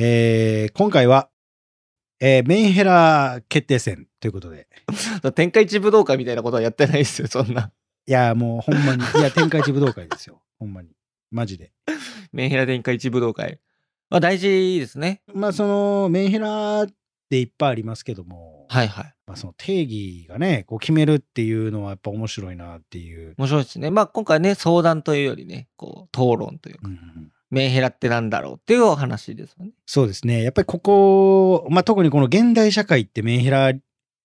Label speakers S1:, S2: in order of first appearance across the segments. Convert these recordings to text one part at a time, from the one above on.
S1: えー今回は、えーメンヘラ決定戦ということで。
S2: 天下一武道会みたいなことはやってないですよ、 そんな。
S1: いや、もうほんまに。いや、天下一武道会です よ。ほんまに。マジで。
S2: メンヘラ天下一武道会。まあ大事ですね。
S1: まあ、その、メンヘラっていっぱいありますけども、
S2: はいはい。
S1: まあ、その定義がね、こう決めるっていうのはやっぱ面白いなっていう。
S2: 面白いですね。まあ今回ね、相談というよりね、こう、討論というか、
S1: うんうん
S2: メンヘラってなんだろうっていうお話ですよね。
S1: そうですね。やっぱりここ、まあ、特にこの現代社会ってメンヘラ、や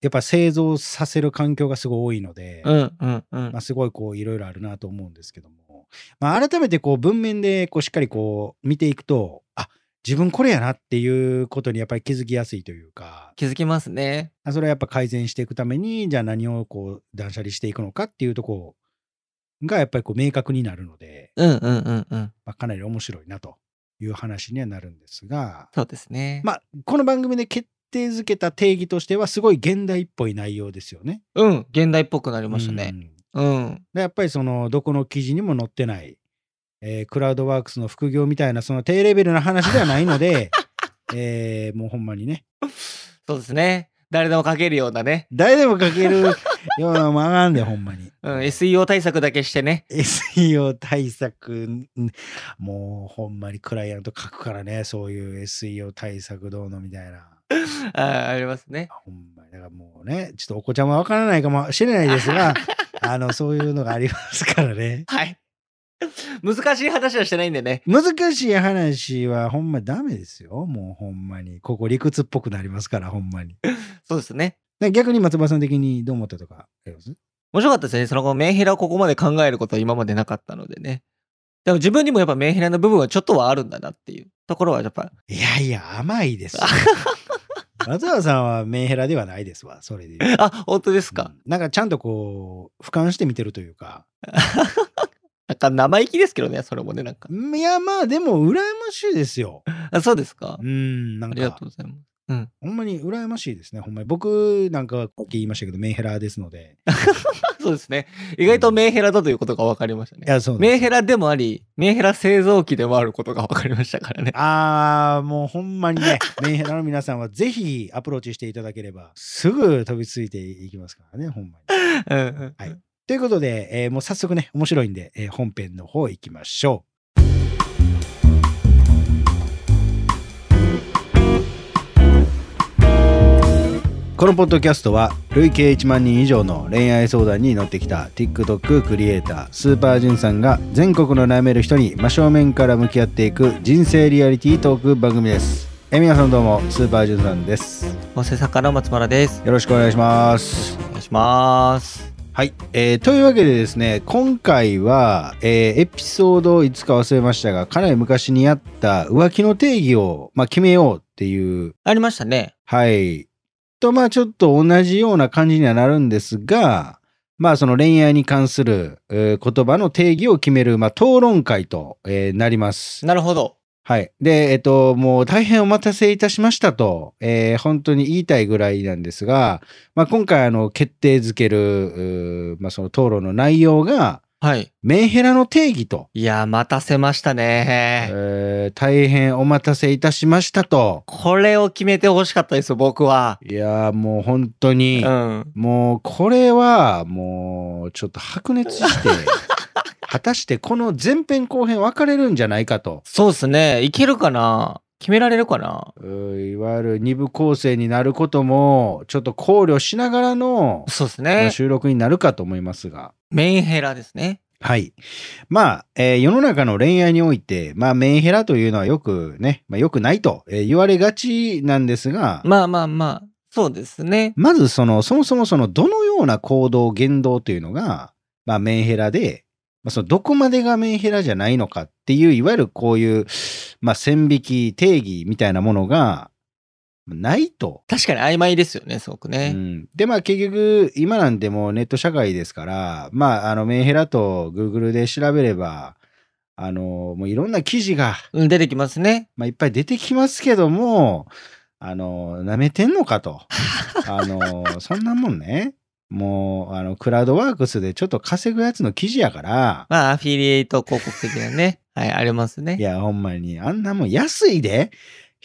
S1: っぱ製造させる環境がすごい多いので、
S2: うんうんうん
S1: まあ、。すごいこういろいろあるなと思うんですけども、まあ、改めてこう文面でこうしっかりこう見ていくとあ自分これやなっていうことにやっぱり気づきやすいというか
S2: 気づきますね。
S1: あそれはやっぱ改善していくためにじゃあ何をこう断捨離していくのかっていうとこがやっぱりこう明確になるので、
S2: うんうんうんうん。
S1: まあ、かなり面白いなという話にはなるんですが、
S2: そうですね。
S1: まあ、この番組で決定づけた定義としてはすごい現代っぽい内容ですよね。
S2: うん、現代っぽくなりました
S1: う
S2: ね。
S1: ん
S2: うん。
S1: でやっぱりそのどこの記事にも載ってない、えークラウドワークスの副業みたいなその低レベルな話ではないの で、えーもうほんまにね
S2: そうですね。誰でも書けるようなね。
S1: 誰でも書ける ようなもんあかんでほんまに、
S2: うん、SEO 対策だけしてね。
S1: SEO 対策んもうほんまにクライアント書くからねそういう SEO 対策どうのみたいな
S2: あーありますね。
S1: ほんまにだからもうねちょっとお子ちゃまわからないかもしれないです があのそういうのがありますからね
S2: はい。 難しい話はしてないんでね。
S1: 難しい話はほんまダメですよ。もうほんまに。ここ理屈っぽくなりますから、ほんまに。
S2: そうですね。
S1: で逆に松葉さん的にどう思ったとかあります
S2: 面白かったですね。そのメンヘラをここまで考えることは今までなかったのでね。でも自分にもやっぱメンヘラの部分はちょっとはあるんだなっていうところはや っぱ。
S1: いやいや、甘いですよ。 松葉さんはメンヘラではないですわ、それで言うと。
S2: あ、本当です
S1: う
S2: か。
S1: んなんかちゃんとこう、俯瞰して見てるというか。
S2: なんか生意気ですけどね、それもね、なんか。
S1: いや、まあでも、羨ましいです よ。
S2: あそうですか
S1: う。ん、な
S2: あ
S1: ん
S2: りが
S1: か
S2: と、うございます。
S1: ほんまに羨ましいですね、ほんまに。僕なんか、さっき言いましたけど、メンヘラですので。
S2: そうですね。意外とメンヘラだということが分かりましたね
S1: い。や、そうなんです
S2: メンヘラでもあり、メンヘラ製造機でもあることが分かりましたか らね。
S1: あー、もうほんまにね、メンヘラの皆さんはぜひアプローチしていただければ、すぐ飛びついていきますからね、ほんまに。
S2: うんうん
S1: はいということで、えーもう早速ね、面白いんで、えー本編の方行きましょう。このポッドキャストは累計1万人以上の恋愛相談に乗ってきた TikTok クリエイタースーパージュンさんが全国の悩める人に真正面から向き合っていく人生リアリティートーク番組です。えー皆さんどうもスーパージュンさんです。
S2: おせさかの松原です。
S1: よろしくお願いします。
S2: お願いします。
S1: はい、えーというわけでですね今回は、えーエピソードいつか忘れましたがかなり昔にあった浮気の定義を、まあ、決めようっていう
S2: ありましたね。
S1: はいとまあちょっと同じような感じにはなるんですがまあその恋愛に関する、えー言葉の定義を決める、まあ、討論会と、えーなります。
S2: なるほど。
S1: はい。で、えっと、もう大変お待たせいたしましたと、えー本当に言いたいぐらいなんですが、まあ、今回、あの、決定づける、うーまあ、その討論の内容が、
S2: はい。
S1: メンヘラの定義と、
S2: いやー、待たせましたね。
S1: えー大変お待たせいたしましたと、
S2: これを決めてほしかったですよ、僕は。
S1: いやーもう本当
S2: う
S1: に、
S2: ん。
S1: もうこれは、もう、ちょっと白熱して、果たしてこの前編後編分かれるんじゃないかと、
S2: そうですね。いけるかな決められるかな
S1: うーいわゆる二部構成になることも、ちょっと考慮しながらの、
S2: そうです
S1: まあ
S2: ね。
S1: 収録になるかと思いますが。
S2: メンヘラですね。
S1: はい。まあ、えー世の中の恋愛において、まあ、メンヘラというのはよくね、まあ、よくないとえー言われがちなんですが、
S2: まあまあまあ、そうですね。
S1: まずその、そもそもその、どのような行動、言動というのが、まあ、メンヘラで、まあ、その、どこまでがメンヘラじゃないのかっていう、いわゆるこういう、まあ、線引き、定義みたいなものが、ないと
S2: 確かに曖昧ですよね、すごくね。
S1: うん、でまあ結局今なんてもうネット社会ですからまああのメンヘラと Google で調べればあのもういろんな記事が、
S2: うん、出てきますね。
S1: まあ、いっぱい出てきますけどもあの舐めてんのか とあのそんなもんねもうあのクラウドワークスでちょっと稼ぐやつの記事やから
S2: まあ、アフ ィリエイト広告的なね。はい、あります
S1: い
S2: ね。
S1: やほんまにあんなもん安いで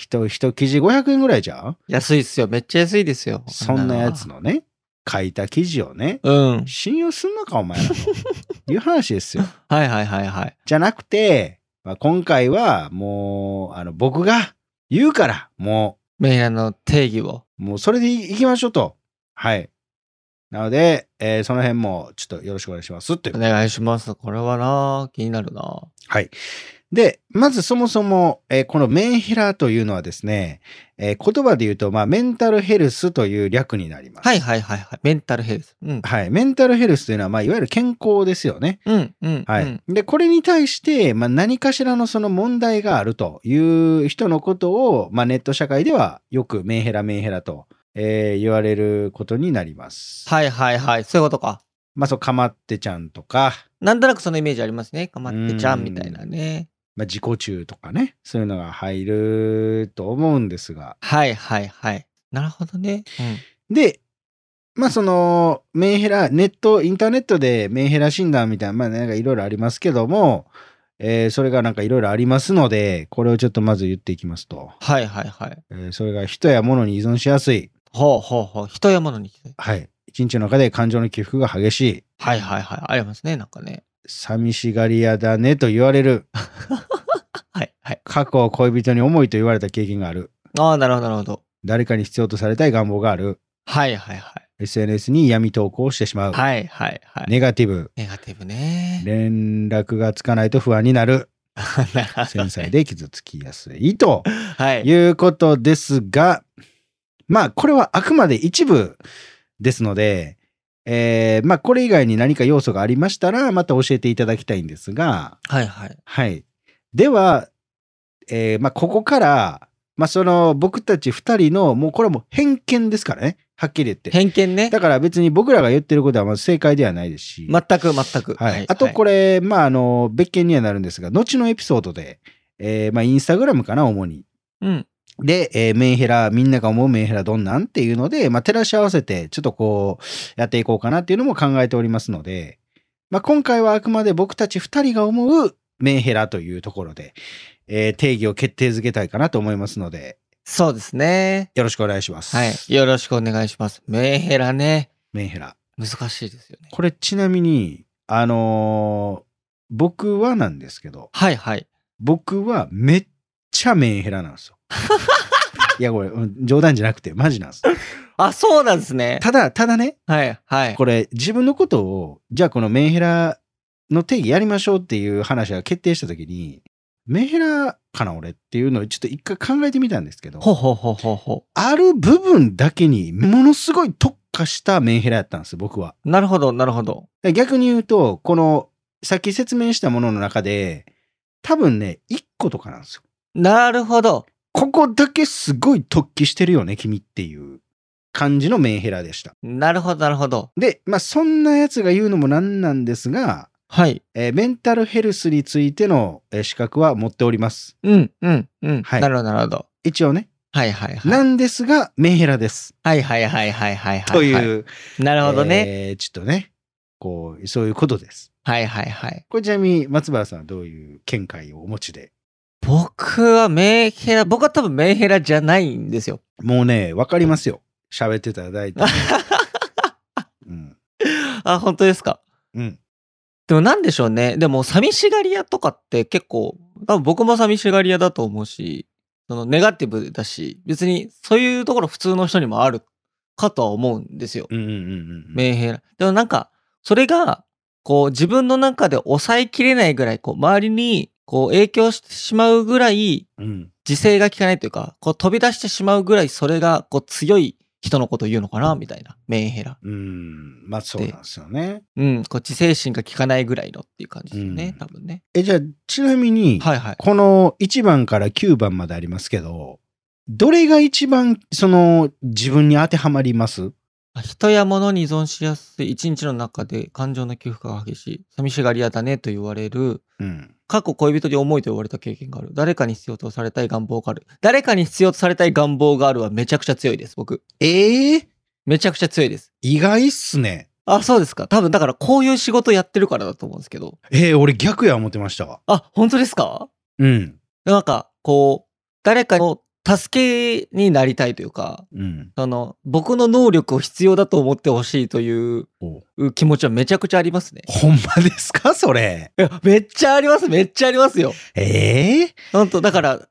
S1: 一一記事500円ぐらいじゃん
S2: 安いっすよ。めっちゃ安いですよ。
S1: そんなやつ。のね、書いた記事をね、
S2: うん。
S1: 信用すんのかお前らと いう話ですよ。
S2: はいはいはいはい。
S1: じゃなくて、まあ、今回はもう、あの、僕が言うから、も
S2: メンヘラの定義を。
S1: う、もうそれでいいきましょうと。はい。なので、えーその辺もちょっとよろしくお願いしますっていう
S2: お願いします。これはな、気になるな。
S1: はい。で、まずそもそも、えーこのメンヘラというのはですね、えー言葉で言うと、まあ、メンタルヘルスという略になります。
S2: はいはいはいはい。メンタルヘルス。うん。
S1: はい。メンタルヘルスというのは、まあ、いわゆる健康ですよね。
S2: うんうん。
S1: はい。
S2: うん
S1: で、これに対して、まあ、何かしらのその問題があるという人のことを、まあ、ネット社会ではよくメンヘラメンヘラと、えー言われることになります。
S2: はいはいはい。そういうことか。
S1: まあ、そう、かまってちゃんとか、
S2: なんとなくそのイメージありますね。かまってちゃんみたいなね。
S1: まあ、自己中とかね、そういうのが入ると思うんですが、
S2: はいはいはい。なるほどね。
S1: で、まあそのメンヘラ、ネット、インターネットでメンヘラ診断みたいな、まあなんかいろいろありますけども、えーそれがなんかいろいろありますので、これをちょっとまず言っていきますと、
S2: はいはいはい。
S1: えーそれが人や物に依存しやすい。
S2: ほうほうほう。人や物に。
S1: はい。一日の中で感情の起伏が激しい。
S2: はいはいはい。ありますね。なんかね。
S1: 寂しがり屋だねと言われる。
S2: はいはい。
S1: 過去を恋人に重いと言われた経験がある。
S2: ああ、なるほどなるほど。
S1: 誰かに必要とされたい願望がある。
S2: はいはいはい。
S1: SNS に闇投稿をしてしまう。
S2: はいはいはい。
S1: ネガティブ。
S2: ネガティブね。
S1: 連絡がつかないと不安になる。
S2: なるほどね
S1: 繊細で傷つきやすいと
S2: はい。
S1: いうことですが、まあこれはあくまで一部ですので、えーまあこれ以外に何か要素がありましたら、また教えていただきたいんですが、
S2: はいはい。
S1: はい。では、えーまあここから、まあその僕たち二人の、もうこれはもう偏見ですからね、はっきり言って。
S2: 偏見ね。
S1: だから別に僕らが言ってることはまず正解ではないですし。
S2: 全く全く。
S1: はい、あとこれ、まあ、あの別件にはなるんですが後のエピソードで、えーまあ、インスタグラムかな主に
S2: れ。うん。
S1: で、えーメンヘラみんなが思うメンヘラどんなんっていうので、まあ、照らし合わせてちょっとこうやっていこうかなっていうのも考えておりますので、まあ、今回はあくまで僕たち2人が思うメンヘラというところで、えー定義を決定づけたいかなと思いますので
S2: そうですね。
S1: よろしくお願いします、
S2: はい。よろしくお願いします。メンヘラね。
S1: メンヘラ
S2: 難しいですよね。
S1: これちなみにあのー僕はなんですけど
S2: はいはい。
S1: 僕はめっちゃメンヘラなん ですよ。いやこれうん冗談じゃなくてマジなんです。
S2: あ、そうなんですね。
S1: ただただね
S2: はいはい。
S1: これ自分のことをじゃあこのメンヘラの定義やりましょうっていう話が決定した時にメンヘラかな俺っていうのをちょっと一回考えてみたんですけど
S2: ほうほうほうほうほ
S1: ある部分だけにものすごい特化したメンヘラやったんです僕は。
S2: う。なるほどなるほど。
S1: で逆に言うとこのさっき説明したものの中で多分ね1個とかなんですよ。
S2: なるほど。
S1: ここだけすごい突起してるよね、君っていう感じのメンヘラでした。
S2: なるほどなるほど。
S1: で、まあそんなやつが言うのもなんなんですが、
S2: はい。
S1: えーメンタルヘルスについての、えー資格は持っております。
S2: うんうんうん。
S1: はい
S2: なるほどなるほど。
S1: 一応ね。
S2: はいはいはい。
S1: なんですが、メンヘラです。
S2: はいはいはいはいはいはい。
S1: という。
S2: なるほどね。
S1: えーちょっとね、こう、そういうことです。
S2: はいはいはい。
S1: これちなみに松原さんはどういう見解をお持ちで
S2: 僕はメンヘラ、僕は多分メンヘラじゃないんですよ。
S1: もうね、わかりますよ。喋っていただい て。うん。
S2: あ、本当ですか。
S1: うん。
S2: でもなんでしょうね。でも寂しがり屋とかって結構、多分僕も寂しがり屋だと思うし、そのネガティブだし、別にそういうところ普通の人にもあるかとは思うんですよ。
S1: うんうんうんうん。
S2: メンヘラ。でもなんか、それが、こう自分の中で抑えきれないぐらい、こう周りにこう影響してしまうぐらい、
S1: うん。
S2: 自制が効かないというか、こう飛び出してしまうぐらいそれがこう強い人のことを言うのかな、みたいな。メンヘラ。
S1: うん。まあそうなんですよね。
S2: うん、こう自制心が効かないぐらいのっていう感じですよね、
S1: うん
S2: 多分ね。
S1: え、じゃあ、ちなみに、
S2: はいはい。
S1: この1番から9番までありますけど、どれが一番、その、自分に当てはまります
S2: あ人や物に依存しやすい一日の中で感情の起伏が激しい寂しがり屋だねと言われる
S1: うん。
S2: 過去恋人に重いと言われた経験がある誰かに必要とされたい願望がある誰かに必要とされたい願望があるはめちゃくちゃ強いです僕
S1: ええ
S2: めちゃくちゃ強いです
S1: 意外っすね。
S2: あそうですか多分だからこういう仕事やってるからだと思うんですけど
S1: えー、俺逆や思ってましたわ。
S2: あ本当ですか
S1: うん。
S2: なんかこう誰かの助けになりたいというか、
S1: うん。
S2: その、僕の能力を必要だと思ってほしいという
S1: お
S2: 気持ちはめちゃくちゃありますね。
S1: ほんまですかそれ。
S2: いやめっちゃあります、めっちゃありますよ。
S1: ええ
S2: ほんと、だから、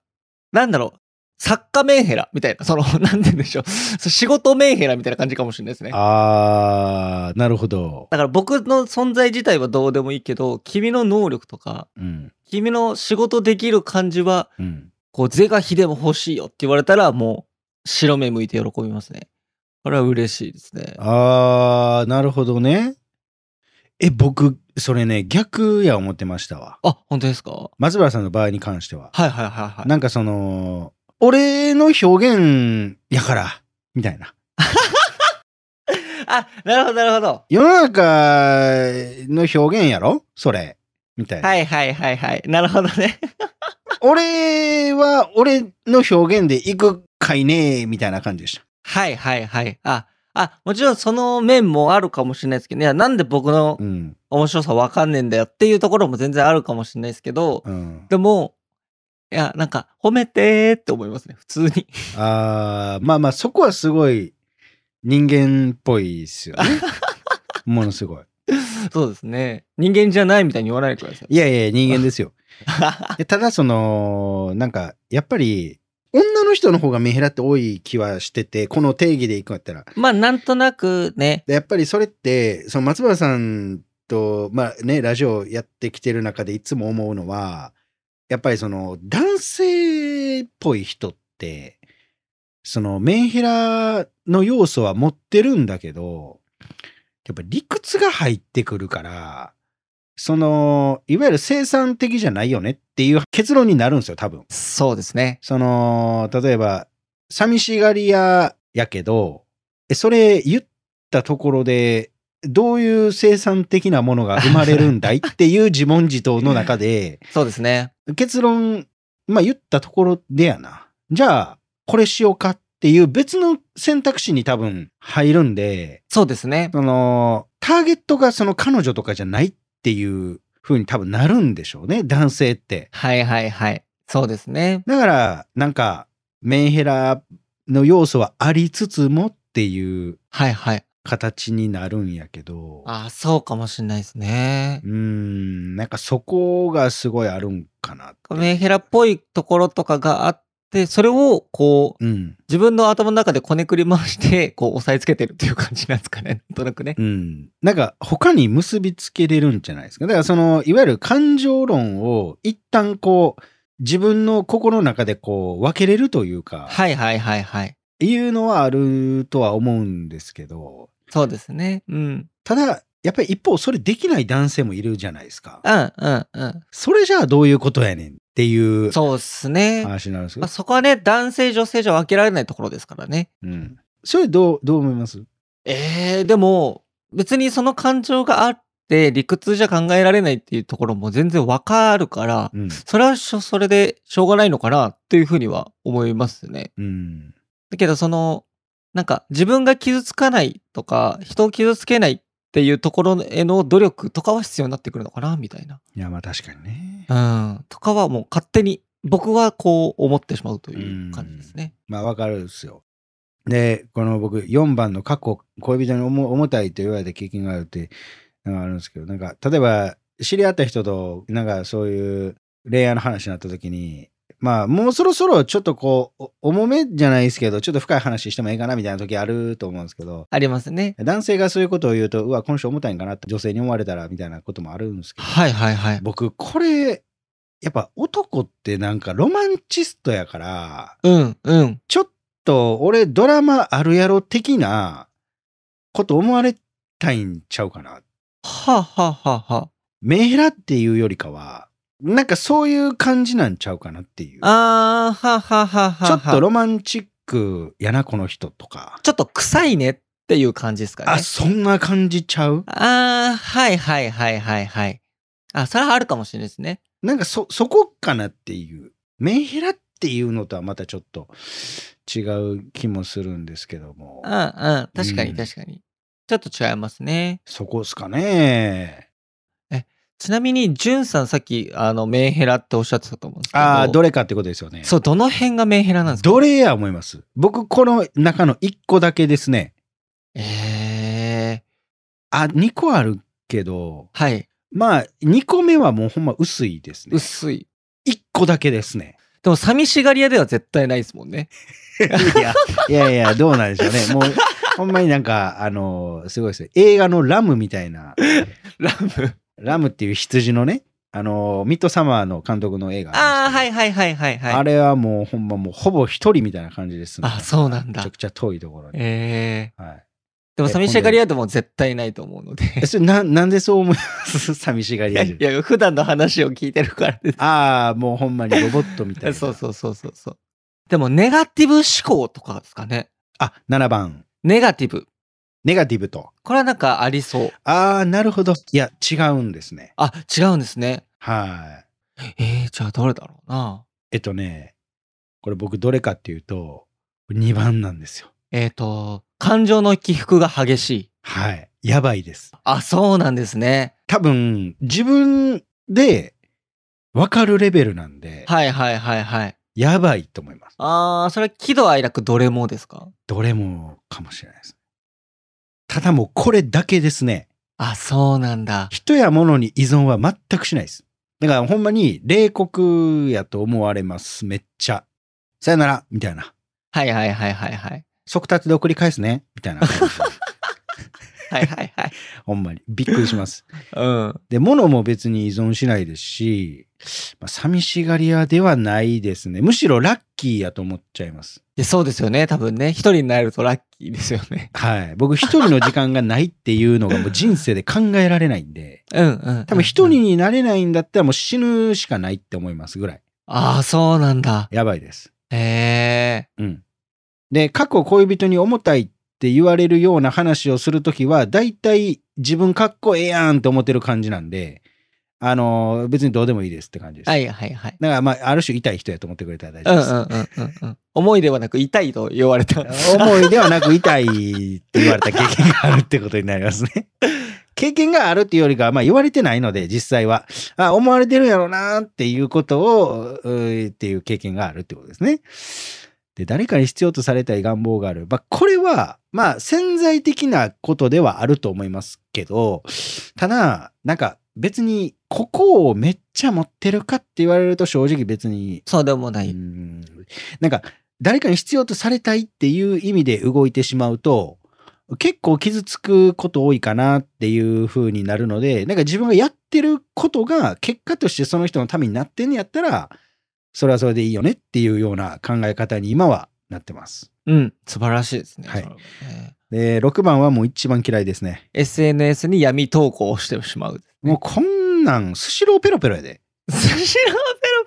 S2: なんだろう。作家メンヘラみたいな、その、 なんて言うんでしょう。そう仕事メンヘラみたいな感じかもしれないですね。
S1: あー、なるほど。
S2: だから僕の存在自体はどうでもいいけど、君の能力とか、
S1: うん。
S2: 君の仕事できる感じは、
S1: うん。
S2: こう、是が非でも欲しいよって言われたら、もう、白目向いて喜びますね。これは嬉しいですね。
S1: あー、なるほどね。え、僕、それね、逆や思ってましたわ。
S2: あ、本当ですかは
S1: 松原さんの場合に関しては。
S2: いはいはいはい。
S1: なんかその、俺の表現やから、みたいな。
S2: あ、なるほどなるほど。
S1: 世の中の表現やろそれ。みたいな。
S2: はいはいはいはい。なるほどね。
S1: 俺は俺の表現で行くかいねみたいな感じでした。
S2: はいはいはい。あ、あ、もちろんその面もあるかもしれないですけど、いや、なんで僕の
S1: うん。
S2: 面白さわかんねえんだよっていうところも全然あるかもしれないですけど、
S1: うん、
S2: でも、いや、なんか、褒めてーって思いますね、普通に。
S1: あーまあまあそこはすごい人間っぽいですよね。ものすごい。
S2: そうですね。人間じゃないみたいに言わないでください。
S1: いやいや人間ですよ。
S2: は
S1: でただそのなんかやっぱり女の人の方がメンヘラって多い気はしててこの定義でいくんだったら。
S2: まあ、なんとなくね、
S1: でやっぱりそれってその松原さんと、まあね、ラジオやってきてる中でいつも思うのはやっぱりその男性っぽい人ってそのメンヘラの要素は持ってるんだけどやっぱ理屈が入ってくるからそのいわゆる生産的じゃないよねっていう結論になるんですよ多分。
S2: そうですね。
S1: その、例えば、寂しがり屋やけど、えそれ言ったところで、どういう生産的なものが生まれるんだいっていう自問自答の中で、
S2: そうですね。
S1: 結論、まあ言ったところでやな。じゃあ、これしようかっていう別の選択肢に多分入るんで、
S2: そうですね。
S1: その、ターゲットがその彼女とかじゃないっていう風に多分なるんでしょうね、男性って。
S2: はいはいはい。そうですね。
S1: だから、なんか、メンヘラの要素はありつつもっていう
S2: はいはい。
S1: 形になるんやけど、
S2: ああ、そうかもしれないですね
S1: う。ーん、なんかそこがすごいあるんかなって
S2: メンヘラっぽいところとかがあって、それをこう、
S1: うん、
S2: 自分の頭の中でこねくり回して、 こう押さえつけてるっていう感じなんですかね。 なんとなくね
S1: う。ん。なんか他に結びつけれるんじゃないですか。だからその、いわゆる感情論を一旦こう、自分の心の中でこう分けれるというか、
S2: はいはいはいはい。
S1: いうのはあるとは思うんですけど、
S2: そうですね。うん。
S1: ただ、やっぱり一方それできない男性もいるじゃないですか。
S2: うんうんうん。
S1: それじゃあどういうことやねんっていう
S2: そうっすね。
S1: 話になるんですけ
S2: まあ、
S1: ど、
S2: そこはね、男性女性じゃ分けられないところですからね。
S1: うん、それどうどう思います
S2: えー、でも、別にその感情があって、理屈じゃ考えられないっていうところも全然わかるから、
S1: うん、
S2: それはしょそれでしょうがないのかなっていうふうには思いますね。
S1: うん、
S2: だけど、その、なんか自分が傷つかないとか、人を傷つけないっていうところへの努力とかは必要になってくるのかな、みたいな。
S1: いやまあ確かにね、
S2: うん。とかはもう勝手に、僕はこう思ってしまうという感じですね。
S1: まあわかるですよでこの僕4番の「過去恋人に重重たい」と言われた経験があるってなんかあるんですけどなんか例えば知り合った人となんかそういう恋愛の話になった時にまあもうそろそろちょっとこうお重めじゃないですけどちょっと深い話してもいいかなみたいな時あると思うんですけど
S2: ありますね。
S1: 男性がそういうことを言うと、うわ、この人重たいんかなって女性に思われたらみたいなこともあるんですけど、
S2: はいはいはい。
S1: 僕、これ、やっぱ男ってなんかロマンチストやから、
S2: うんうん。
S1: ちょっと俺ドラマあるやろ的なこと思われたいんちゃうかな。
S2: はあ、はあはあはあ、
S1: メンヘラっていうよりかは、なんかそういう感じなんちゃうかなっていう。ち
S2: あーはははは
S1: ょっと
S2: ロ
S1: ロマンチックやな、この人とか。
S2: ちょっと臭いねっていう感じですか
S1: あ、
S2: ね。
S1: そんな感じちゃう
S2: ああー、はいはいはいはいはい。あ、それはあるかもしれないですね。
S1: なんかそ、そこかなっていう。メンヘラっていうのとはまたちょっと違う気もするんですけども
S2: うん。うん。確か
S1: う
S2: に
S1: ん
S2: 確かに。ちょっと違いますね。
S1: そこっすかね。
S2: ちなみに、ジュンさんさっき、あの、メンヘラっておっしゃってたと思うんですけど。
S1: ああ、ど
S2: れ
S1: れかってことですよね。
S2: そう、どの辺がメンヘラなんですか
S1: どれや思います僕、この中の1個だけですね。
S2: ええ
S1: あ、2個あるけど、
S2: ー、はい。
S1: まあ、2個目はもうほんま薄いですね。
S2: 薄い。
S1: 1個だけですね。
S2: でも、寂しがり屋では絶対 ないですもんね。
S1: いや、いやいや、どうなんでしょうね。もう、ほんまになんか、あの、すごいですね。映画のラムみたいな、
S2: ラム。
S1: ラムっていう羊のね、あの、ミッドサマーの監督の映画
S2: ああ、はいいはいはいはいはい。
S1: あれはもうほんまもうほぼ一人みたいな感じですね。
S2: あそうなんだ
S1: めちゃくちゃ遠いところに。
S2: ええ
S1: はい。
S2: でも、寂しがり屋でも絶対ないと思うので。
S1: えそれななんでそう思います 寂しがり
S2: いや
S1: 屋
S2: い
S1: で。
S2: や、普段の話を聞いてるからです
S1: ああ、もうほんまにロボットみたいな。
S2: そうそうそうそうそう。でも、ネガティブ思考とかですかね。
S1: あ、7番。
S2: ネガティブ。
S1: ネガティブと。
S2: これはなんかありそう。
S1: ああ、なるほど。いや、違うんですね。
S2: あ、違うんですね。
S1: はい。
S2: えー、じゃあどれだろうな。
S1: えっとね、これ僕どれかっていうと、2番なんですよ。
S2: えっ、と、感情の起伏が激しい。
S1: はい。やばいです。
S2: あ、そうなんですね。
S1: 多分、自分で分かるレベルなんで、
S2: はいはいはいはい。
S1: やばいと思います。
S2: あー、それ、喜怒哀楽どれもですか
S1: どれもかもしれないです。ただもうこれだけですね。
S2: あ、そうなんだ。
S1: 人や物に依存は全くしないです。だからほんまに冷酷やと思われます。めっちゃ。さよならみたいな。
S2: はいはいはいはいはい。
S1: 速達で送り返すねみたい な。
S2: はいはいはい。
S1: ほんまに。びっくりします。
S2: うん。
S1: で、物も別に依存しないですし、まあ、寂しがり屋ではないですね。むしろラッキーやと思っちゃいます。
S2: でそうですよね。多分ね、一人になるとラッキーですよね。
S1: はい。僕一人の時間がないっていうのがもう人生で考えられないん で、
S2: うんうん、うん。
S1: 多分一人。になれないんだったらもう死ぬしかないって思いますぐらい。
S2: あー、そうなんだ。
S1: やばいです。
S2: えー。
S1: うん。で、過去恋人に重たいって言われるような話をするときは、大体自分かっこええやんって思ってる感じなんで、あのー別にどうでもいいですって感じです。。
S2: はいいはいはい。
S1: だからまあ、ある種痛い人やと思ってくれたら大
S2: うん
S1: 丈
S2: う
S1: 夫
S2: ん
S1: です。
S2: うんうんうん。思いではなく痛いと言われた。
S1: 思いではなく痛いって言われた経験があるってことになりますね。経験があるっていうよりかは、まあ言われてないので、実際は。あ、思われてるんやろうなっていうことを、うーっていう経験があるってことですね。で、誰かに必要とされたい願望がある。まあこれは、まあ潜在的なことではあると思いますけど、ただ、なんか別に、ここをめっちゃ持ってるかって言われると正直別に
S2: そうでもな
S1: う
S2: い。
S1: んなんか誰かに必要とされたいっていう意味で動いてしまうと結構傷つくこと多いかなっていう風になるのでなんか自分がやってることが結果としてその人のためになってんのやったらそれはそれでいいよねっていうような考え方に今はなってます。
S2: うん。素晴らしいですね。
S1: はい
S2: それね
S1: で6番はもう一番嫌いですね。
S2: SNS に闇投稿をしてしまう。
S1: もうこんなんスシローペロペロやで。
S2: スシローペロ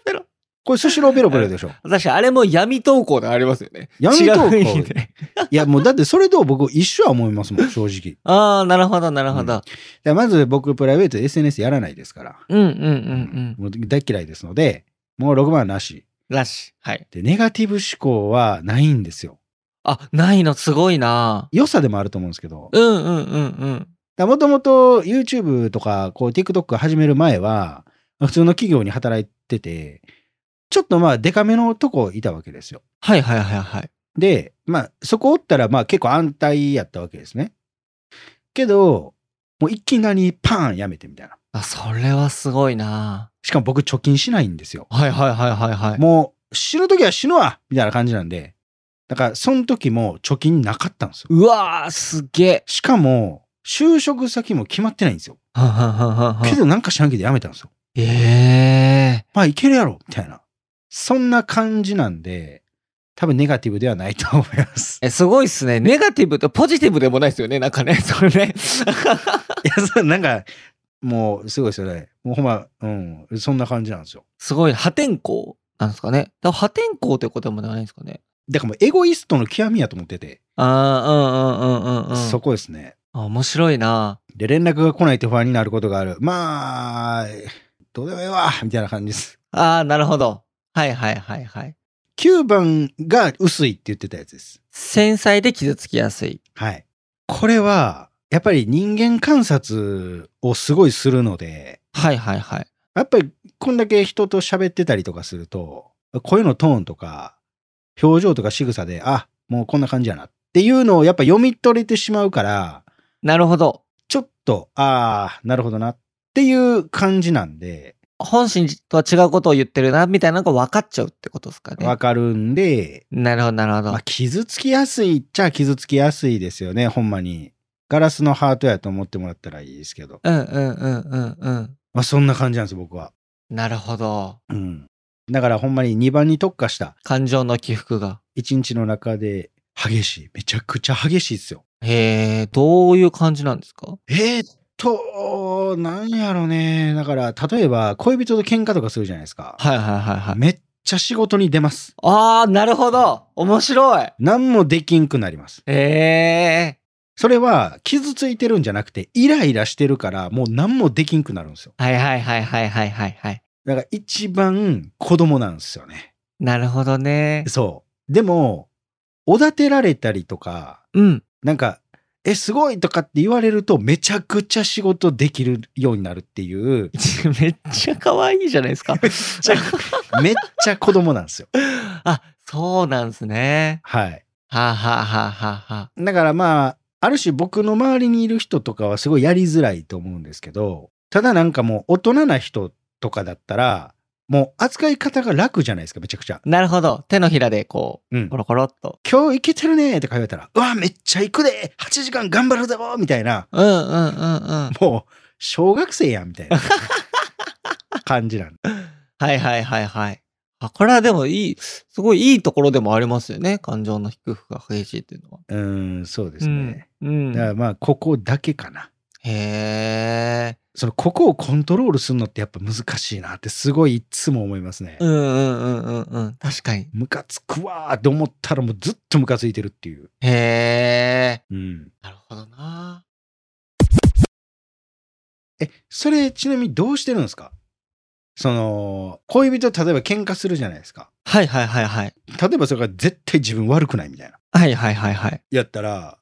S2: ペロ。
S1: これスシローペロペロで しょ。
S2: 私、あれも闇投稿でありますよね。
S1: 闇投稿
S2: 違う意味で
S1: いやもうだってそれと僕一緒は思いますもん正直。
S2: ああ、なるほど、なるほど。
S1: でまず僕プライベートで SNS やらないですから。
S2: うん、うん、うん、うん。
S1: もう大嫌いですので、もう6番はなし。
S2: らしい。はい。
S1: で、ネガティブ思考はないんですよ。
S2: あ、ないのすごいな。
S1: 良さでもあると思うんですけど、
S2: うん、うん、うん、うん。
S1: もともと YouTube とかこう TikTok 始める前は、普通の企業に働いてて、ちょっとまあデカめのとこいたわけですよ。
S2: はい、はい、はい、はい。
S1: で、まあそこおったらまあ結構安泰やったわけですね。けど、もういきなりパーンやめてみたいな。
S2: あ、それはすごいな。
S1: しかも僕貯金しないんですよ。
S2: はい、はい、はい、はい、はい。
S1: もう死ぬ時は死ぬわみたいな感じなんで、だからその時も貯金なかったんですよ。
S2: うわー、すげえ。
S1: しかも、就職先も決まってないんですよ。
S2: はんはんはんはんはん
S1: けどなんか知らんけど辞めたんですよ。
S2: ええー。
S1: まあいけるやろみたいな。そんな感じなんで、多分ネガティブではないと思います。
S2: え、すごいっすね。ネガティブとポジティブでもないですよね。なんかね、それね。
S1: いや、そうなんか、もうすごいですよね。もうほんま、うん、そんな感じなんですよ。
S2: すごい、破天荒なんですかね。だから破天荒ということでもないんですかね。
S1: だからもうエゴイストの極みやと思ってて、
S2: ああ、うんうんうんうんうん。
S1: そこですね。
S2: あ面白いな。
S1: で、連絡が来ないと不安になることがある。まあ、どうでもええわみたいな感じです。
S2: ああ、なるほど。はいはいはいはい。
S1: 9番が薄いって言ってたやつです。
S2: 繊細で傷つきやすい。
S1: はい。これは、やっぱり人間観察をすごいするので、
S2: はいはいはい。
S1: やっぱりこんだけ人と喋ってたりとかすると、声のトーンとか、表情とか仕草で、あ、もうこんな感じやなっていうのをやっぱ読み取れてしまうから、
S2: なるほど。
S1: ちょっと、ああ、なるほどなっていう感じなんで、
S2: 本心とは違うことを言ってるな、みたいなのが分かっちゃうってことですかね
S1: わ。かるんで、
S2: なるほど、なるほど
S1: まあ、。傷つきやすいっちゃ傷つきやすいですよね、ほんまに。ガラスのハートやと思ってもらったらいいですけど。
S2: うんうんうんうんうん。
S1: まあ、そんな感じなんです、僕は。
S2: なるほど。
S1: うん。だからほんまに2番に特化した、
S2: 感情の起伏が。
S1: 1日の中で激しい。めちゃくちゃ激しいですよ。
S2: へえ、どういう感じなんですか
S1: えー、っと、なんやろね。だから、例えば恋人と喧嘩とかするじゃないですか。
S2: はいはいはいはい。
S1: めっちゃ仕事に出ます。
S2: あー、なるほど。面白い。
S1: 何もできんくなります。
S2: へえ。
S1: それは傷ついてるんじゃなくて、イライラしてるから、もう何もできんくなるんですよ。
S2: はいはいはいはいはいはいはい。
S1: だから一番子供なんですよね。
S2: なるほどね。
S1: そう。でも、おだてられたりとか、
S2: うん。
S1: なんか、え、すごいとかって言われると、めちゃくちゃ仕事できるようになるっていう、
S2: めっちゃ可愛いじゃないですか。
S1: ちゃめっちゃ子供なんですよ。
S2: あ、そうなんですね。
S1: はい。
S2: はあ、はあはあはあはあ、
S1: だからまあ、ある種僕の周りにいる人とかはすごいやりづらいと思うんですけど、ただなんかもう大人な人とかだったら、もう扱い方が楽じゃないですか、めちゃくちゃ。
S2: なるほど。手のひらでこ
S1: う
S2: う、
S1: ん
S2: コ。ロコロっと。
S1: 今日いけてるねとか言われたら、うわ、めっちゃ行くで !8 時間頑張るぞみたいな、
S2: うんうんうん うん。
S1: もう、小学生やんみ たいな感じなんで。
S2: はいはいはいはい。あ、これはでもいい、すごいいいところでもありますよね。感情の低くが激しいっていうのは。
S1: うーん、そうですね。
S2: うん。うん
S1: だから
S2: へ
S1: まあ、ここだけかな。
S2: え。
S1: その、ここをコントロールするのってやっぱ難しいなって、すごいいつも思いますね。
S2: うんうんうんうんうん。確かに。
S1: ムカつくわーって思ったらもうずっとムカついてるっていう。
S2: へえ。
S1: うん。
S2: なるほどな。
S1: え、それちなみにどうしてるんですかその、恋人例えば喧嘩するじゃないですか。
S2: はいはいはいはい。
S1: 例えばそれが絶対自分悪くないみたいな。
S2: はいはいはいはい。
S1: やったら、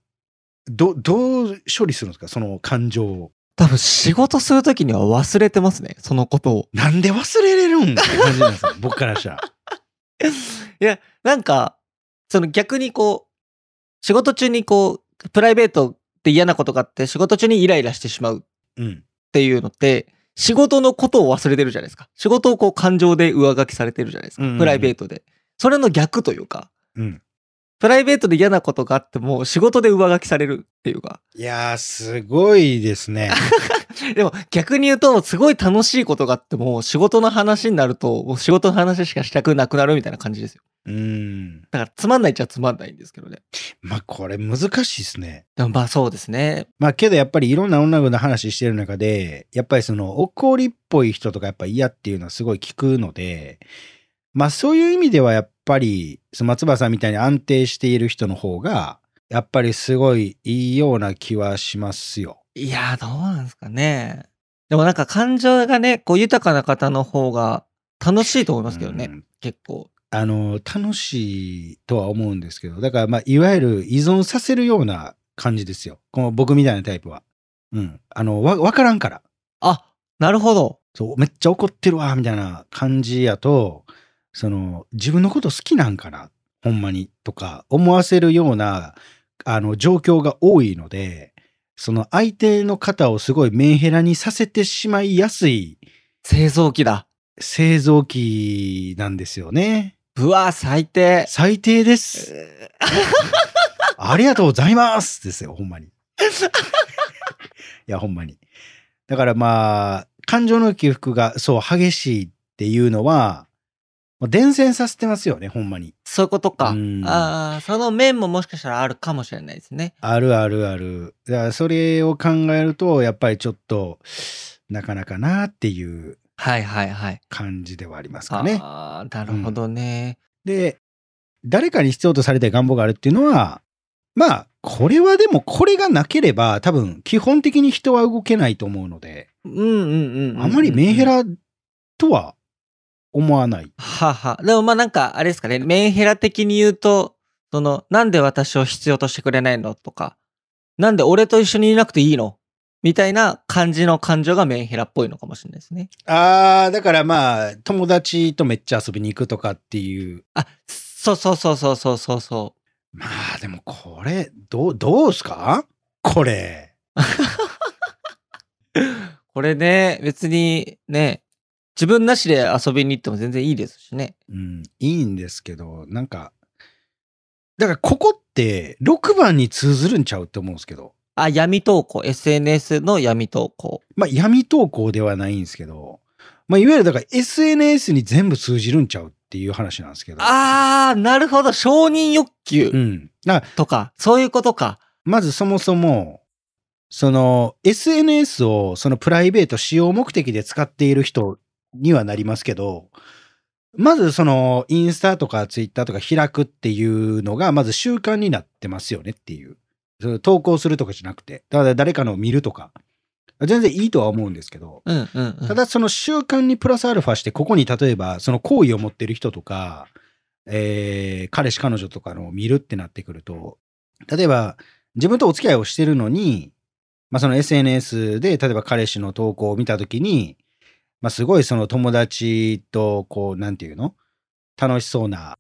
S1: ど、どう処理するんですかその感情を。
S2: 多分仕事するときには忘れてますね、そのことを。
S1: なんで忘れれるんだって感じなんですよ。僕からしたら。
S2: いや、なんか、その逆にこう、仕事中にこう、プライベートで嫌なことがあって、仕事中にイライラしてしまうっ
S1: うん。
S2: ていうのって、仕事のことを忘れてるじゃないですか。仕事をこう感情で上書きされてるじゃないですか、
S1: うんうんうん
S2: プライベートで。それの逆というか、
S1: うん。
S2: プライベートで嫌なことがあっても、仕事で上書きされるっていうか。
S1: いやー、すごいです ね。
S2: でも逆に言うと、すごい楽しいことがあっても、仕事の話になると、もう仕事の話しかしたくなくなるみたいな感じですよ。
S1: うん。
S2: だからつまんないっちゃつまんないんですけどね。
S1: まあ、これ難しいですね。
S2: でもまあそうですね。
S1: まあけどやっぱりいろんな女の子の話してる中で、やっぱりその怒りっぽい人とかやっぱ嫌っていうのはすごい聞くので、まあそういう意味ではやっぱり、その松葉さんみたいに安定している人の方が、やっぱりすごいいいような気はしますよ。
S2: いやー、どうなんですかね。でもなんか感情がね、こう豊かな方の方が楽しいと思いますけどね。
S1: うん
S2: 結構。
S1: あの、楽しいとは思うんですけど、だからまあいわゆる依存させるような感じですよ。この僕みたいなタイプは。うん。あの、わ、わからんから。
S2: あ、なるほど。
S1: そう、めっちゃ怒ってるわ、みたいな感じやと、その、自分のこと好きなんかな、ほんまに、とか、思わせるような、あの、状況が多いので、その相手の方をすごいメンヘラにさせてしまいやすい
S2: 製造機だ。
S1: 製造機なんですよね。
S2: うわー、最低。
S1: 最低です。ありがとうございますですよ、ほんまに。いや、ほんまに。だからまあ、感情の起伏がそう激しいっていうのは、もう伝染させてますよね、ほんまに。
S2: そういうことか。
S1: うん
S2: ああ、その面ももしかしたらあるかもしれないですね。
S1: あるあるある。だからそれを考えると、やっぱりちょっと、なかなかなっていう
S2: はいはいはい。
S1: 感じではありますかね。
S2: ああ、なるほどね。
S1: で、誰かに必要とされたい願望があるっていうのは、まあ、これはでも、これがなければ、多分、基本的に人は動けないと思うので、
S2: うんうんうんうん。
S1: あまりメンヘラとは思わない。
S2: はあはあ。でもまあなんか、あれですかね、メンヘラ的に言うと、その、なんで私を必要としてくれないのとか、なんで俺と一緒にいなくていいのみたいな感じの感情がメンヘラっぽいのかもしれないですね。
S1: ああ、だからまあ、友達とめっちゃ遊びに行くとかっていう。
S2: あ、そうそうそうそうそうそうそ
S1: まあ、でもこれ、どう、どうすかこれ。
S2: う。これね、別にね、自分なしで遊びに行っても全然いいですしね。
S1: うん、いいんですけど、なんか、だからここって6番に通ずるんちゃうって思うんですけど、
S2: あ、闇投稿、SNS の闇投稿。
S1: まあ闇投稿ではないんですけど、まあいわゆるだから SNS に全部通じるんちゃうっていう話なんですけど。
S2: あー、なるほど。承認欲
S1: う
S2: 求
S1: ん。だから
S2: とか、そういうことか。
S1: まずそもそも、その SNS をそのプライベート使用目的で使っている人にはなりますけど、まずそのインスタとかツイッターとか開くっていうのがまず習慣になってますよねっていう。その投稿するとかじゃなくて、ただ誰かのを見るとか。全然いいとは思うんですけど、
S2: うんうん、うん。
S1: ただその習慣にプラスアルファして、ここに例えばその好意を持ってる人とか、えー彼氏彼女とかのを見るってなってくると、例えば自分とお付き合いをしてるのに、まあ、その SNS で例えば彼氏の投稿を見たときに、まあ、すごいその友達とこう、なんていうの楽しそうな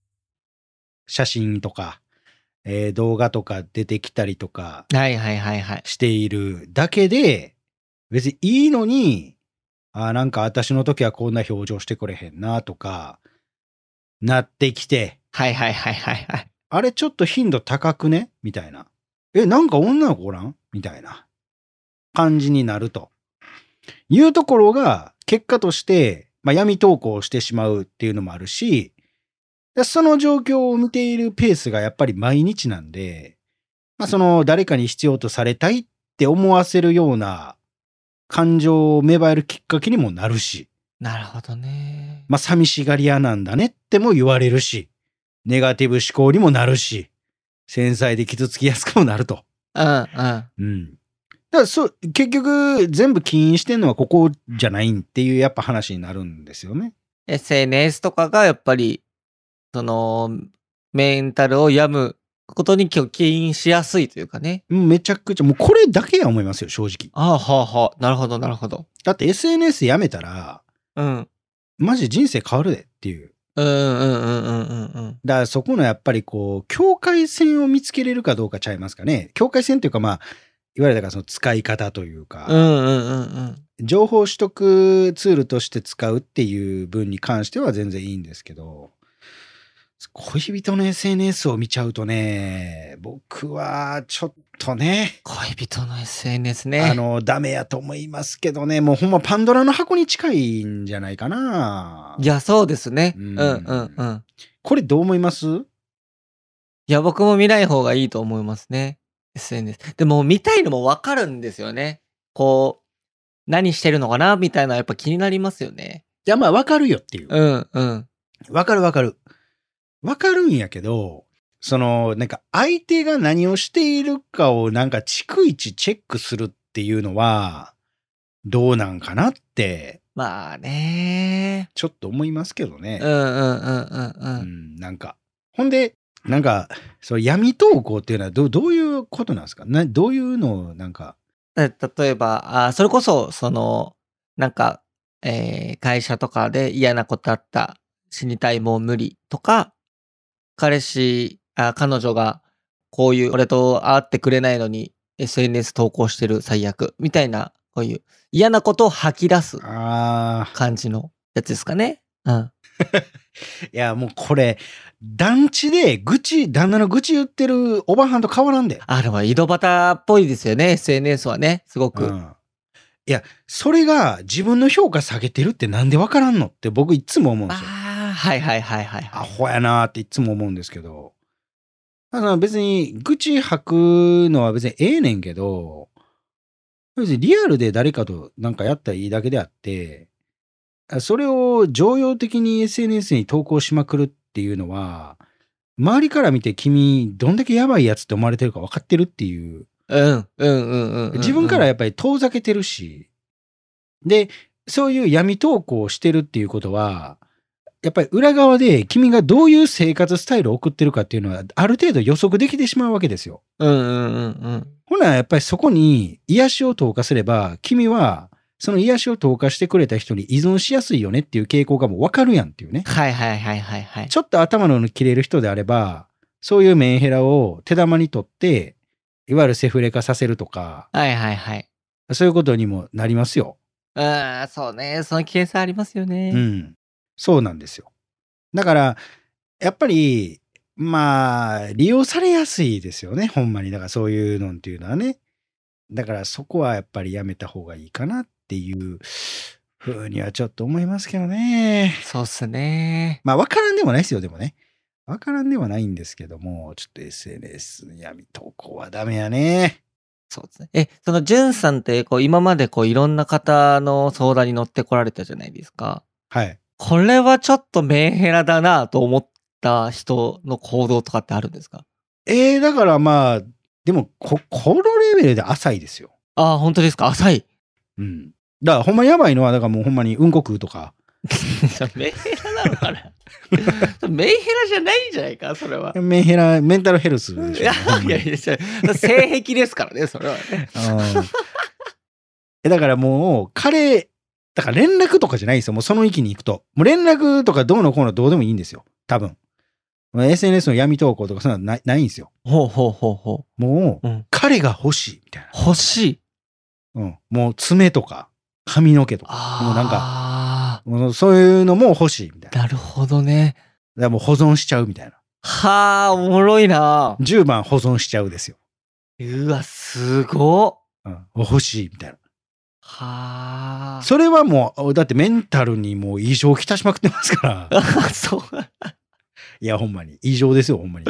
S1: 写真とか、えー動画とか出てきたりとか、
S2: はいはいはいはい。
S1: しているだけで、別にいいのに、あーなんか私の時はこんな表情してくれへんなとか、なってきて、
S2: はいはいはいはいはい。
S1: あれちょっと頻度高くねみたいな。え、なんか女の子おらんみたいな感じになると。いうところが、結果として、まあ、闇投稿をしてしまうっていうのもあるし、でその状況を見ているペースがやっぱり毎日なんで、まあ、その誰かに必要とされたいって思わせるような感情を芽生えるきっかけにもなるし、
S2: なるほどね。
S1: まあ、寂しがり屋なんだねっても言われるし、ネガティブ思考にもなるし、繊細で傷つきやすくもなると。
S2: うんうん。
S1: うん。だからそう、結局、全部起因してんのはここじゃないんっていうやっぱ話になるんですよね。
S2: SNS とかがやっぱり、その、メンタルを病むことに起因しやすいというかね。
S1: うんめちゃくちゃ、もうこれだけや思いますよ、正直。
S2: ああ、はあはあ。なるほど、なるほど。
S1: だって SNS やめたら、
S2: うん。
S1: マジ人生変わるでっていう。
S2: うんうんうんうんうんうん。
S1: だからそこのやっぱりこう、境界線を見つけれるかどうかちゃいますかね。境界線というかまあ、いわゆるだからその使い方というか、
S2: うんうんうんうん。
S1: 情報取得ツールとして使うっていう分に関しては全然いいんですけど、恋人の SNS を見ちゃうとね、僕はちょっとね、
S2: 恋人の SNS ね。
S1: あの、ダメやと思いますけどね、もうほんまパンドラの箱に近いんじゃないかな。
S2: いや、そうですね。
S1: う
S2: うんんうんうん。
S1: これどう思います
S2: いや、僕も見ない方がいいと思いますね。SNS。でも、見たいのもわかるんですよね。こう、何してるのかなみたいな、やっぱ気になりますよね。
S1: いや、まあわかるよっていう
S2: うんうん。
S1: わかるわかる。わかるんやけど、その、なんか相手が何をしているかをなんか逐一チェックするっていうのは、どうなんかなって、
S2: まあね
S1: ちょっと思いますけどね
S2: う。んうんうんう
S1: うん
S2: うん。
S1: ん、なんか。ほんで、なんか、その闇投稿っていうのはどどういうことなんですかなどういうのをなんか、
S2: だ例えば、あそれこそ、その、なんか、えー会社とかで嫌なことあった、死にたいもう無理とか、彼氏、あ彼女がこういう、俺と会ってくれないのに SNS 投稿してる最悪みたいな、こういう嫌なことを吐き出す
S1: あ
S2: 感じのやつですかね。うん。
S1: あ、いや、もうこれ、団地で愚痴、旦那の愚痴言ってるおばはんと変わらんで。
S2: あれは井戸端っぽいですよね、SNS はね、すごく。
S1: うん、いやそれが自分の評価下げてるってなんで分からんのって僕いつも思うん
S2: あ
S1: ですよ。
S2: あ、はいはいはいはいはい。
S1: アホやなーっていつも思うんですけどだから別に愚痴吐くのは別にええねんけど別にリアルで誰かとなんかやったらいいだけであってそれを常用的に SNS に投稿しまくるっていうのは周りから見て君どんだけやばいやつって思われてるか分かってるっていう
S2: うん、うん、うんうんうん。
S1: 自分からやっぱり遠ざけてるし、で、そういう闇投稿をしてるっていうことは、やっぱり裏側で君がどういう生活スタイルを送ってるかっていうのはある程度予測できてしまうわけですよ。
S2: うんうんうんうん。
S1: ほなやっぱりそこに癒しを投下すれば君はその癒しを投下してくれた人に依存しやすいよねっていう傾向がもうわかるやんっていうね。
S2: はいはいはいはいはい。
S1: ちょっと頭の切れる人であればそういうメンヘラを手玉に取っていわゆるセフレ化させるとか
S2: はいはいはい。
S1: そういうことにもなりますよ。
S2: ああ、そうね。その危険性ありますよね。
S1: うん、そうなんですよ。だから、やっぱり、まあ、利用されやすいですよね、ほんまに。だからそういうのっていうのはね。だからそこはやっぱりやめた方がいいかなっていうふうにはちょっと思いますけどね。
S2: そうっすね。
S1: まあ、わからんでもないですよ、でもね。わからんではないんですけども、ちょっと SNS 闇投稿はダメやね。
S2: そうですね。え、その、ジュンさんって、こう、今まで、こう、いろんな方の相談に乗ってこられたじゃないですか。
S1: はい。
S2: これはちょっとメンヘラだなと思った人の行動とかってあるんですか
S1: えー、だからまあ、でもこ、このレベルで浅いですよ。
S2: ああ、本当ですか 浅い。
S1: うん。だからほんまにやばいのは、だからもうほんまにうんこ食うとか。
S2: メンヘラなのかな メンヘラじゃないんじゃないかそれは。
S1: メンヘラ、メンタルヘルスで
S2: い
S1: しょ
S2: や。いや いや、それ性癖ですからね、それはね。
S1: ほんまにうんえだからもう、彼、だから連絡とかじゃないんですよ。もうその域に行くと。もう連絡とかどうのこうのどうでもいいんですよ。多分。まあ SNS の闇投稿とかそんなのないないんですよ。
S2: ほうほうほうほ
S1: もう、
S2: うん
S1: 彼が欲しいみたいな。
S2: う。欲しい。
S1: うん。もう爪とか髪の毛とか。
S2: ああ。
S1: もうなん
S2: か。
S1: もうそういうのも欲しいみたいな。だか
S2: なるほどね。
S1: らもう保存しちゃうみたいな。
S2: はあ、おもろいな。
S1: 10番保存しちゃうですよ。
S2: うわ、すごっ。
S1: うん。欲しいみたいな。
S2: はあ。
S1: それはもう、だってメンタルにもう異常をきたしまくってますから。
S2: あそう。
S1: いや、ほんまに。異常ですよ、ほんまに。い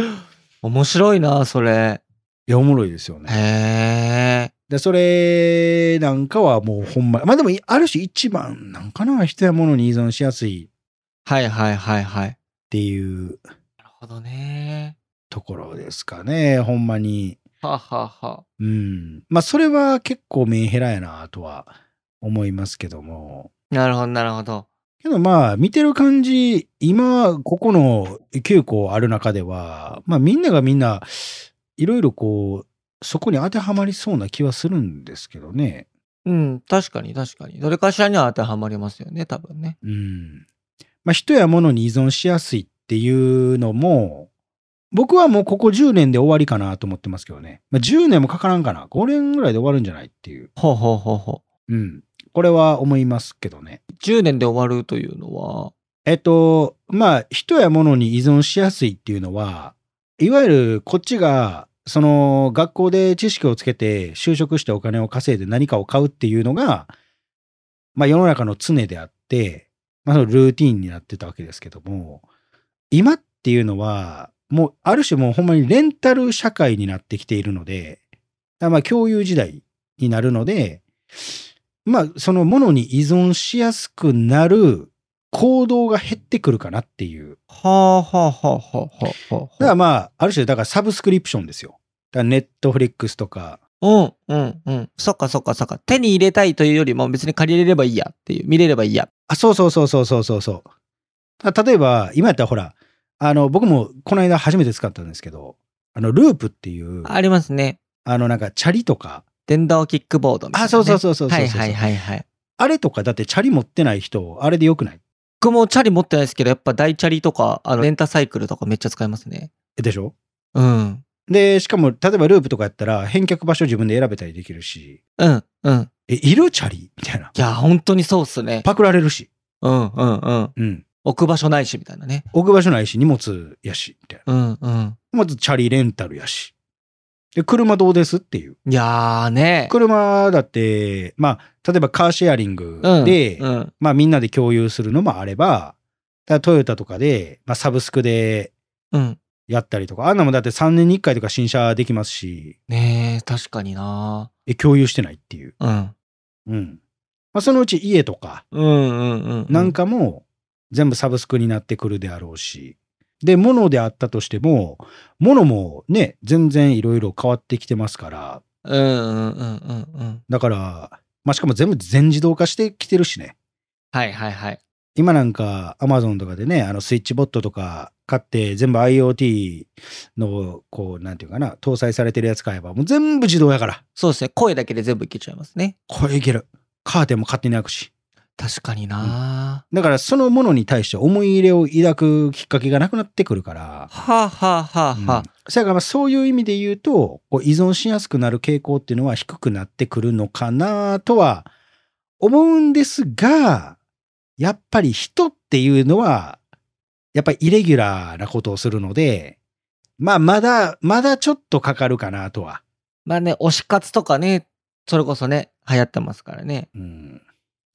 S2: 面白いな、それ。
S1: や、おもろいですよね。
S2: へえ。
S1: で、それなんかはもうほんま、まあでも、ある種一番なんかな、人や物に依存しやすいっ
S2: はいはいはいはい。
S1: ていう
S2: なるほどね。
S1: ところですかね、ほんまに。
S2: はあ、はあは
S1: うん。まあ、それは結構メンヘラやな、とは思いますけども。
S2: あ、なるほどなるほど。
S1: けどまあ、見てる感じ、今、ここの9個ある中では、まあみんながみんな、いろいろこう、そこに当てはまりそうな気はするんですけどね。
S2: うん、確かに確かに。どれかしらには当てはまりますよね、多分ね。
S1: うん。まあ人や物に依存しやすいっていうのも、僕はもうここ10年で終わりかなと思ってますけどね。まあ、10年もかからんかな。5年ぐらいで終わるんじゃないっていう。
S2: ほうほうほうほ
S1: うん。これは思いますけどね。
S2: う。10年で終わるというのは、
S1: えっと、まあ、人や物に依存しやすいっていうのは、いわゆるこっちが、その学校で知識をつけて就職してお金を稼いで何かを買うっていうのが、まあ世の中の常であって、まあそのルーティーンになってたわけですけども、今っていうのは、もうある種もうほんまにレンタル社会になってきているので、だからまあ共有時代になるので、まあそのものに依存しやすくなる行動が減ってくるかなっていう。
S2: はあはあはあはあはあは
S1: だか
S2: あ
S1: らまあ、ある種、だからサブスクリプションですよ。だからネットフリックスとか、
S2: うん、うん、うん。そっかそっかそっか。手に入れたいというよりも別に借りれればいいやっていう、見れればいいや。
S1: あ、そうそうそうそうそうそうそう。だから例えば、今やったらほら、あの、僕もこの間初めて使ったんですけど、あの、ループっていう、
S2: ありますね。
S1: あの、なんか、チャリとか、
S2: 電動キックボードみたいな、ね。
S1: あ、そうそうそうそうそうそう
S2: はいはいはいはい。
S1: あれとか、だってチャリ持ってない人、あれでよくない
S2: 僕もチャリ持ってないですけど、やっぱ大チャリとか、あの、レンタサイクルとかめっちゃ使いますね。
S1: でしょ
S2: うん。
S1: で、しかも、例えばループとかやったら、返却場所自分で選べたりできるし、
S2: うん、うん。
S1: え、いるチャリみたいな。
S2: いや、本当にそうっすね。
S1: パクられるし、
S2: うん、うん、うん。
S1: うん。
S2: 置く場所ないし、みたいなね。
S1: 置く場所ないし、荷物やし、みたいな。
S2: うん、うん。
S1: まずチャリレンタルやし。で、車どうですっていう。
S2: いやーね。
S1: 車だって、まあ、例えばカーシェアリング
S2: うん、
S1: で、
S2: うん、
S1: まあみんなで共有するのもあれば、だからトヨタとかで、まあサブスクで
S2: うん。
S1: やったりとか、あんなもんだって3年に1回とか新車できますし、
S2: ねえ、確かにな
S1: え共有してないっていう。
S2: うん。
S1: うん。まあそのうち家とか
S2: うん、うん、うん。
S1: なん、かも全部サブスクになってくるであろうし、で、物であったとしても、物もね、全然いろいろ変わってきてますから、
S2: うん、うん、うん、うん、うん。
S1: だから、まあ、しかも全部全自動化してきてるしね。
S2: はい、はい、はい。
S1: 今なんか Amazon とかでね、あのスイッチボットとか買って全部 IoT のこう、なんていうかな、搭載されてるやつ買えばもう全部自動やから。
S2: そうですね。声だけで全部いけちゃいますね。
S1: これいける。カーテンも勝手に開くし。
S2: 確かにな、
S1: だからそのものに対して思い入れを抱くきっかけがなくなってくるから。
S2: はあ、はあはあはあ
S1: うん、そやからまあそういう意味で言うとこう依存しやすくなる傾向っていうのは低くなってくるのかなとは思うんですがやっぱり人っていうのはやっぱりイレギュラーなことをするのでまあまだまだちょっとかかるかなとは、
S2: まあね、推し活とかね、それこそね、流行ってますからね。
S1: うん、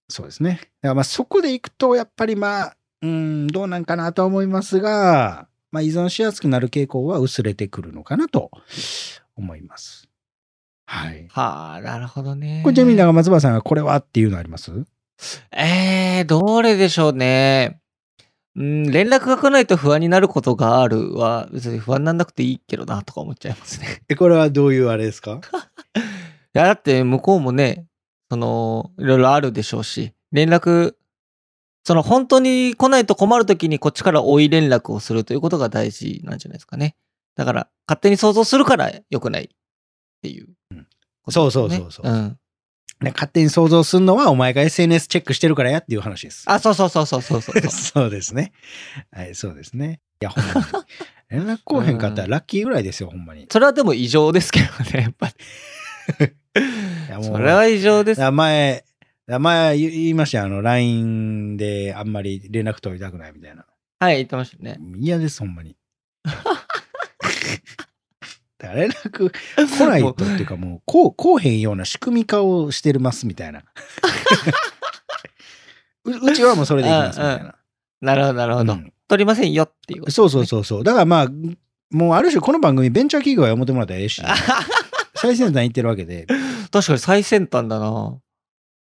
S1: そうですねだからまあそこでいくとやっぱりまあうんどうなんかなとは思いますが、まあ、依存しやすくなる傾向は薄れてくるのかなと思います。はい
S2: はあ、なるほどね。
S1: これちなみに長松原さんがこれはっていうのあります
S2: えー、どれでしょうね。うん、連絡が来ないと不安になることがあるは、別に不安になんなくていいけどな、とか思っちゃいますね。
S1: え、これはどういうあれですか
S2: いや、だって向こうもね、その、いろいろあるでしょうし、連絡、その本当に来ないと困るときにこっちから追い連絡をするということが大事なんじゃないですかね。だから、勝手に想像するから良くないっていうことですよね、
S1: そうそうそうそう
S2: うん。
S1: ね勝手に想像するのはお前が SNS チェックしてるからやっていう話です。
S2: あ、そうそうそうそうそ うそうそ。
S1: そうですね。はい、そうですね。いや、ほんまに。連絡来おへんかったらラッキーぐらいですよ、ほんまに。いう
S2: それはでも異常ですけどね、やっ ぱり。
S1: や
S2: それは異常です。
S1: だから前、だから前言いましたよあの、LINE であんまり連絡取りたくないみたいな。
S2: はい、言ってましたね。
S1: 嫌です、ほんま に。だから連絡来 ないとっていうかもう、こう、こうへんような仕組み化をしてるますみたいな。 ううちはもうそれでいきますみたいな。
S2: なるほど、なるほど。
S1: うん
S2: 取りませんよっていう こと。
S1: そうそうそうそう。だからまあ、もうある種この番組ベンチャー企業は読めてもらったらええし、最先端行ってるわけで、
S2: 確かに最先端だな。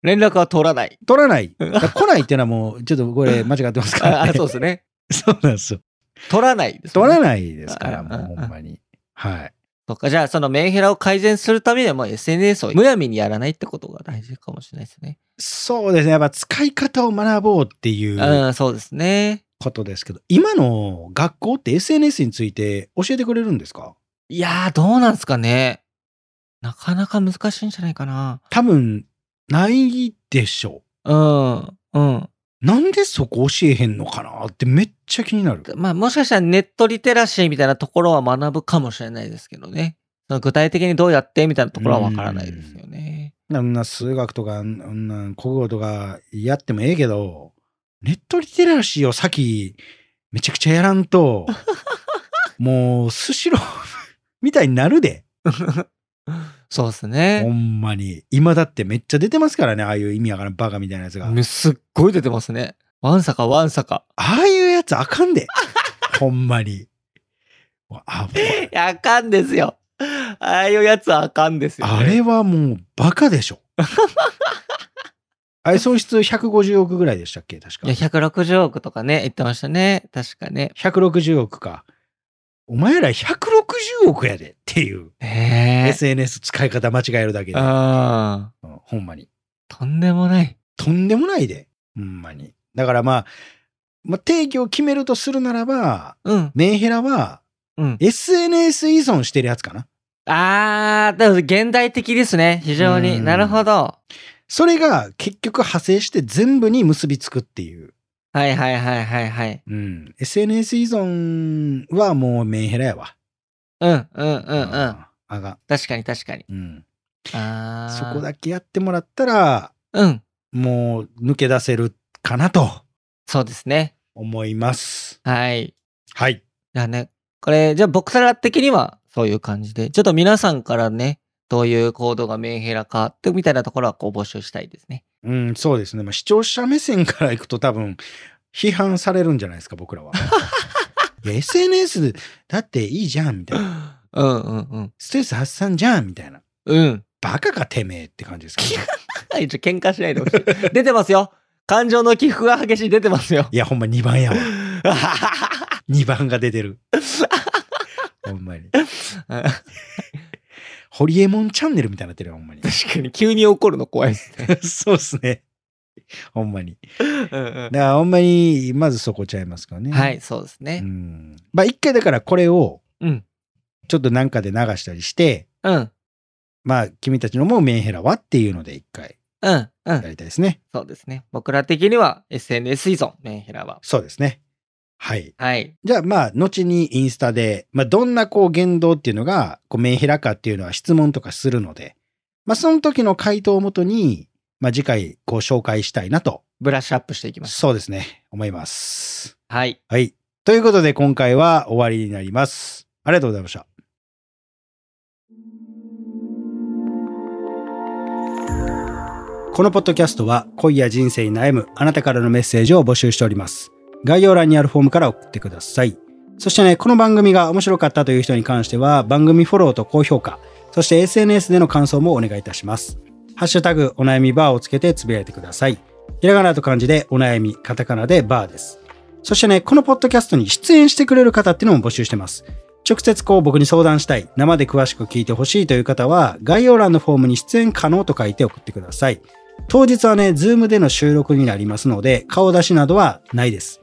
S2: 連絡は取ら ない。
S1: 取らない。だから来ないっていうのはもう、ちょっとこれ間違ってますから、
S2: ああそうですね。
S1: そうなんですよ。
S2: 取らないですね、
S1: 取らないですから、
S2: うん
S1: もうほんまに。はい。
S2: とか、じゃあそのメンヘラを改善するためには、まあ、SNS をむやみにやらないってことが大事かもしれないですね。
S1: そうですね。やっぱ使い方を学ぼうっていう。
S2: うん、そうですね。
S1: ことですけど、今の学校って SNS について教えてくれるんですか
S2: いやー、どうなんすかね。なかなか難しいんじゃないかな。
S1: 多分、ないでしょ
S2: うん、うん。
S1: う。なんでそこ教えへんのかなってめっちゃ気になる。
S2: まあ、もしかしたらネットリテラシーみたいなところは学ぶかもしれないですけどね。その具体的にどうやってみたいなところはわからないですよね。
S1: あんな数学とか、あんな国語とかやってもええけど、ネットリテラシーを先、めちゃくちゃやらん と、もう、スシローみたいになるで。
S2: そうです
S1: ほ
S2: ね。
S1: んまに。今だってめっちゃ出てますからね、ああいう意味やからんバカみたいなやつが。
S2: すっごい出てますね。わんさかわんさか。
S1: ああいうやつあかんで。 ほんまに。あ、も う
S2: いやあかんですよ。ああいうやつはあかんですよ、ね。
S1: あれはもうバカ でしょ。あれ損失150億ぐらいでしたっけ確か
S2: いや、。160億とかね、言ってましたね。確かね。
S1: 160億か。お前ら160億やでっていう。
S2: ええ
S1: SNS 使い方間違えるだけで。
S2: あ
S1: うんほんまに。
S2: あ、とんでもない。
S1: とんでもないで。ほんまに。だからまあ、まあ、定義を決めるとするならば、
S2: うん、
S1: メンヘラは
S2: うん。
S1: SNS 依存してるやつかな。
S2: ああ、でも現代的ですね。非常
S1: う
S2: に。
S1: ん
S2: なるほど。
S1: それが結局派生して全部に結びつくっていう。
S2: はいはいはいはいはい。
S1: うん。SNS 依存はもうメンヘラやわ。
S2: うん、うん、うん、
S1: う
S2: うん。
S1: あが。
S2: 確かに確かに。
S1: うん。
S2: ああ。
S1: そこだけやってもらったら、
S2: うん。
S1: もう抜け出せるかなと
S2: そうですね。
S1: 思います。
S2: はい。
S1: はい。
S2: いやね、これ、じゃあ僕ら的にはそういう感じで、ちょっと皆さんからね、どういう行動がメンヘラかってみたいなところはこう募集したいですね。
S1: うん、そうですね。まあ、視聴者目線からいくと多分、批判されるんじゃないですか、僕 らは。いや SNS だっていいじゃん、みたいな。
S2: うんうんうん。
S1: ストレス発散じゃん、みたいな。
S2: うん。
S1: バカかてめえって感じですけど。
S2: はい、ちょ喧嘩しないでほ しい。出てますよ感情の起伏が激しい出てますよ
S1: いや、ほんま2番やわ。2番が出てる。ほんまに。
S2: 確
S1: ホリエモンチャンネルみたいになってるよ、ほんまに。
S2: かに急に怒るの怖いですね。
S1: そうっすね。ほんまに。
S2: うんうん
S1: だからほんまに、まずそこちゃいますからね。
S2: はい、そうです
S1: う
S2: ね。
S1: ん。まあ一回だからこれを、
S2: うん。
S1: ちょっとなんかで流したりして、
S2: うん。
S1: まあ君たちの思うメンヘラはっていうので一回
S2: うん。うん
S1: や。りたいですね。
S2: そうですね。僕ら的には SNS 依存、メンヘラは。
S1: そうですね。はい。
S2: はい。
S1: じゃあまあ後にインスタで、まあどんなこう言動っていうのが、こうメンヘラかっていうのは質問とかするので、まあその時の回答をもとに、まあ次回こう紹介したいなと、
S2: ブラッシュアップしていきます。
S1: そうですね、思います。
S2: はい。
S1: はい。ということで今回は終わりになります。ありがとうございました。このポッドキャストは恋や人生に悩むあなたからのメッセージを募集しております。概要欄にあるフォームから送ってください。そしてね、この番組が面白かったという人に関しては番組フォローと高評価、そして SNS での感想もお願いいたします。ハッシュタグお悩みバーをつけてつぶやいてください。ひらがなと漢字でお悩み、カタカナでバーです。そしてね、このポッドキャストに出演してくれる方っていうのも募集してます。直接こう僕に相談したい、生で詳しく聞いてほしいという方は、概要欄のフォームに出演可能と書いて送ってください。当日はね、ズームでの収録になりますので、顔出しなどはないです。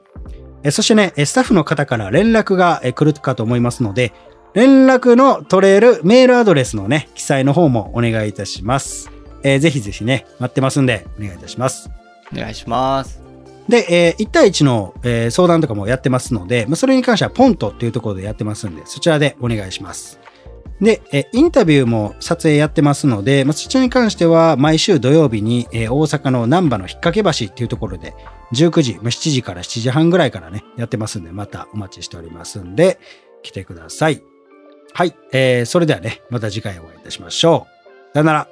S1: えそしてね、えスタッフの方から連絡がえ来るかと思いますので、連絡の取れるメールアドレスのね、記載の方もお願いいたします。えーぜひぜひね、待ってますんで、お願いいたします。
S2: お願いします。
S1: で、えー1対1の、えー相談とかもやってますので、まあ、それに関してはポントっていうところでやってますんで、そちらでお願いします。で、えーインタビューも撮影やってますので、まあ、そちらに関しては毎週土曜日に、えー大阪の難波の引っ掛け橋っていうところで、19時、まあ、7時から7時半ぐらいからね、やってますんで、またお待ちしておりますんで、来てください。はい、えーそれではね、また次回お会いいたしましょう。さよなら。